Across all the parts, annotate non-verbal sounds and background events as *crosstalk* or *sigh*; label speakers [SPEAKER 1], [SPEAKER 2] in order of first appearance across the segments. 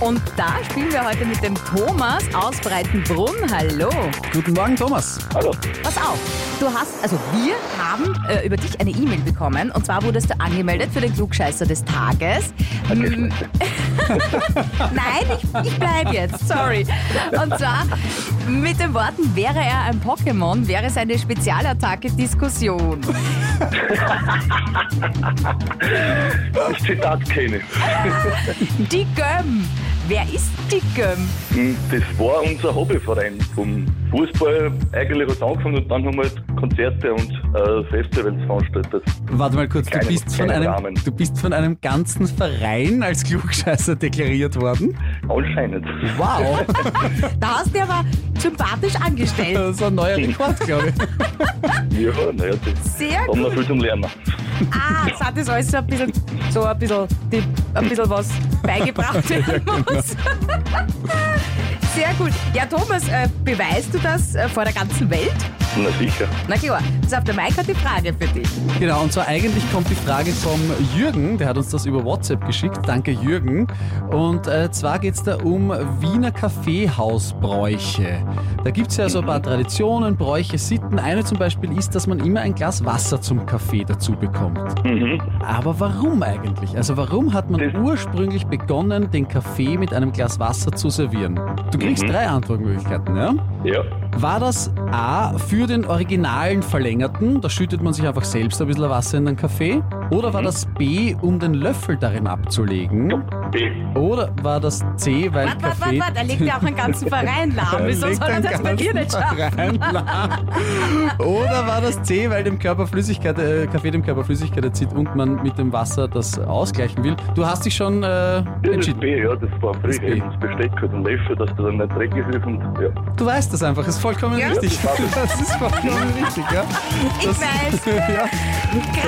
[SPEAKER 1] Und da spielen wir heute mit dem Thomas aus Breitenbrunn. Hallo.
[SPEAKER 2] Guten Morgen, Thomas.
[SPEAKER 3] Hallo.
[SPEAKER 1] Pass auf, du hast, also wir haben äh, über dich eine E-Mail bekommen und zwar wurdest du angemeldet für den Klugscheißer des Tages. M- *laughs* Nein, ich, ich bleibe jetzt, sorry. Und zwar mit den Worten, wäre er ein Pokémon, wäre es eine Spezialattacke Diskussion.
[SPEAKER 3] Das Zitat kenne ich.
[SPEAKER 1] Die Göm. Wer ist die Göm?
[SPEAKER 3] Und Hm, Das war unser Hobbyverein. Vom Fußball eigentlich hat angefangen und dann haben wir halt Konzerte und äh, Festivals veranstaltet.
[SPEAKER 2] Warte mal kurz, du
[SPEAKER 3] Keine-
[SPEAKER 2] bist, von
[SPEAKER 3] keine
[SPEAKER 2] einem,
[SPEAKER 3] Namen.
[SPEAKER 2] du bist von einem ganzen Verein als Klugscheißer deklariert worden. *laughs*
[SPEAKER 3] Anscheinend.
[SPEAKER 2] Wow,
[SPEAKER 1] *laughs* Da hast du aber sympathisch angestellt.
[SPEAKER 2] das ist ein neuer Rekord, glaube ich.
[SPEAKER 3] Ja, naja, das
[SPEAKER 1] Sehr
[SPEAKER 3] haben wir
[SPEAKER 1] gut.
[SPEAKER 3] viel zum Lernen.
[SPEAKER 1] Ah, das hat das alles so ein bisschen, so ein bisschen, die, ein bisschen was beigebracht werden muss. Sehr gut. Ja, Thomas, äh, beweist du das äh, vor der ganzen Welt?
[SPEAKER 3] Na sicher.
[SPEAKER 1] Na klar, das auf der Mike hat die Frage für dich.
[SPEAKER 2] Genau, und zwar eigentlich kommt die Frage vom Jürgen, der hat uns das über WhatsApp geschickt. Danke, Jürgen. Und äh, zwar geht's da um Wiener Kaffeehausbräuche. Da gibt's ja so ein paar Traditionen, Bräuche, Sitten. Eine zum Beispiel ist, dass man immer ein Glas Wasser zum Kaffee dazu bekommt.
[SPEAKER 3] Mhm.
[SPEAKER 2] Aber warum eigentlich? Also warum hat man
[SPEAKER 3] Das-
[SPEAKER 2] ursprünglich begonnen, den Kaffee mit einem Glas Wasser zu servieren? Du kriegst
[SPEAKER 3] Mhm.
[SPEAKER 2] drei Antwortmöglichkeiten, ja?
[SPEAKER 3] Ja.
[SPEAKER 2] War das A für den originalen Verlängerten, da schüttet man sich einfach selbst ein bisschen Wasser in den Kaffee? Oder
[SPEAKER 3] Mhm.
[SPEAKER 2] war das B, um den Löffel darin abzulegen?
[SPEAKER 3] B.
[SPEAKER 2] Oder war das C, weil
[SPEAKER 1] Warte, warte,
[SPEAKER 2] Kaffee...
[SPEAKER 1] warte, warte, er legt ja auch einen ganzen Verein lahm. Wieso soll er das bei dir nicht schaffen?
[SPEAKER 2] Oder war das C, weil dem Körper Flüssigkeit, äh, Kaffee dem Körper Flüssigkeit erzieht und man mit dem Wasser das ausgleichen will? Du hast dich schon äh,
[SPEAKER 3] Das ist
[SPEAKER 2] entschieden.
[SPEAKER 3] B, ja, das war
[SPEAKER 2] Das
[SPEAKER 3] früher
[SPEAKER 2] B.
[SPEAKER 3] eben das Besteck und den Löffel, dass du dann nicht dreckig ist und ja.
[SPEAKER 2] Du weißt das einfach, ist vollkommen
[SPEAKER 1] Ja.
[SPEAKER 2] richtig.
[SPEAKER 3] Ja,
[SPEAKER 2] Das ist vollkommen richtig, ja.
[SPEAKER 1] Ich
[SPEAKER 2] Das-
[SPEAKER 1] weiß.
[SPEAKER 2] ja.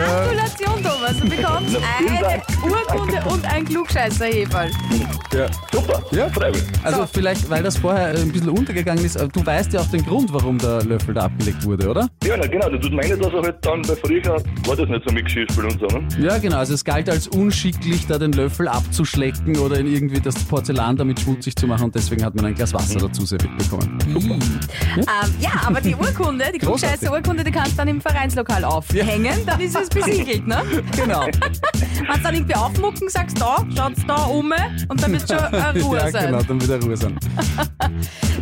[SPEAKER 1] Gratulation, Thomas. Du bekommst
[SPEAKER 3] vielen
[SPEAKER 1] eine Urkunde und ein Klugscheißerheferl.
[SPEAKER 3] Super.
[SPEAKER 2] Ja.
[SPEAKER 3] Freiwillig.
[SPEAKER 2] Also vielleicht, weil das vorher ein bisschen untergegangen ist, aber du weißt ja auch den Grund, warum der Löffel da abgelegt wurde, oder?
[SPEAKER 3] Ja, na, genau. Das tut meine, dass er halt dann bei früher war das nicht so mit Geschirrspiel und so, ne?
[SPEAKER 2] Ja, genau. Also es galt als unschicklich, da den Löffel abzuschlecken oder in irgendwie das Porzellan damit schmutzig zu machen und deswegen hat man ein Glas Wasser dazu serviert bekommen.
[SPEAKER 1] Ähm, ja, aber die Urkunde, die
[SPEAKER 2] Großartig.
[SPEAKER 1] klugscheiße Urkunde, die kannst du dann im Vereinslokal aufhängen, dann ist es besiegelt, ne?
[SPEAKER 2] *laughs* Genau.
[SPEAKER 1] Kannst dann irgendwie aufmucken, sagst da, schaut's da um und dann wird schon äh, Ruhe
[SPEAKER 2] *laughs* *laughs* ja,
[SPEAKER 1] sein.
[SPEAKER 2] genau, dann wieder Ruhe sein.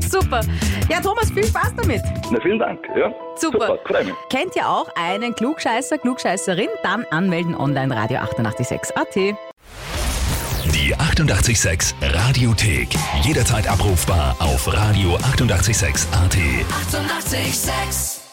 [SPEAKER 1] Super. Ja, Thomas, viel Spaß damit.
[SPEAKER 3] Na, vielen Dank. Ja.
[SPEAKER 1] Super.
[SPEAKER 3] Freu mich.
[SPEAKER 1] Kennt ihr auch einen Klugscheißer, Klugscheißerin? Dann anmelden online Radio 886 AT.
[SPEAKER 4] Die 88,6 Radiothek. Jederzeit abrufbar auf radio886.at. 88,6.
[SPEAKER 5] Eighty-eight, sex.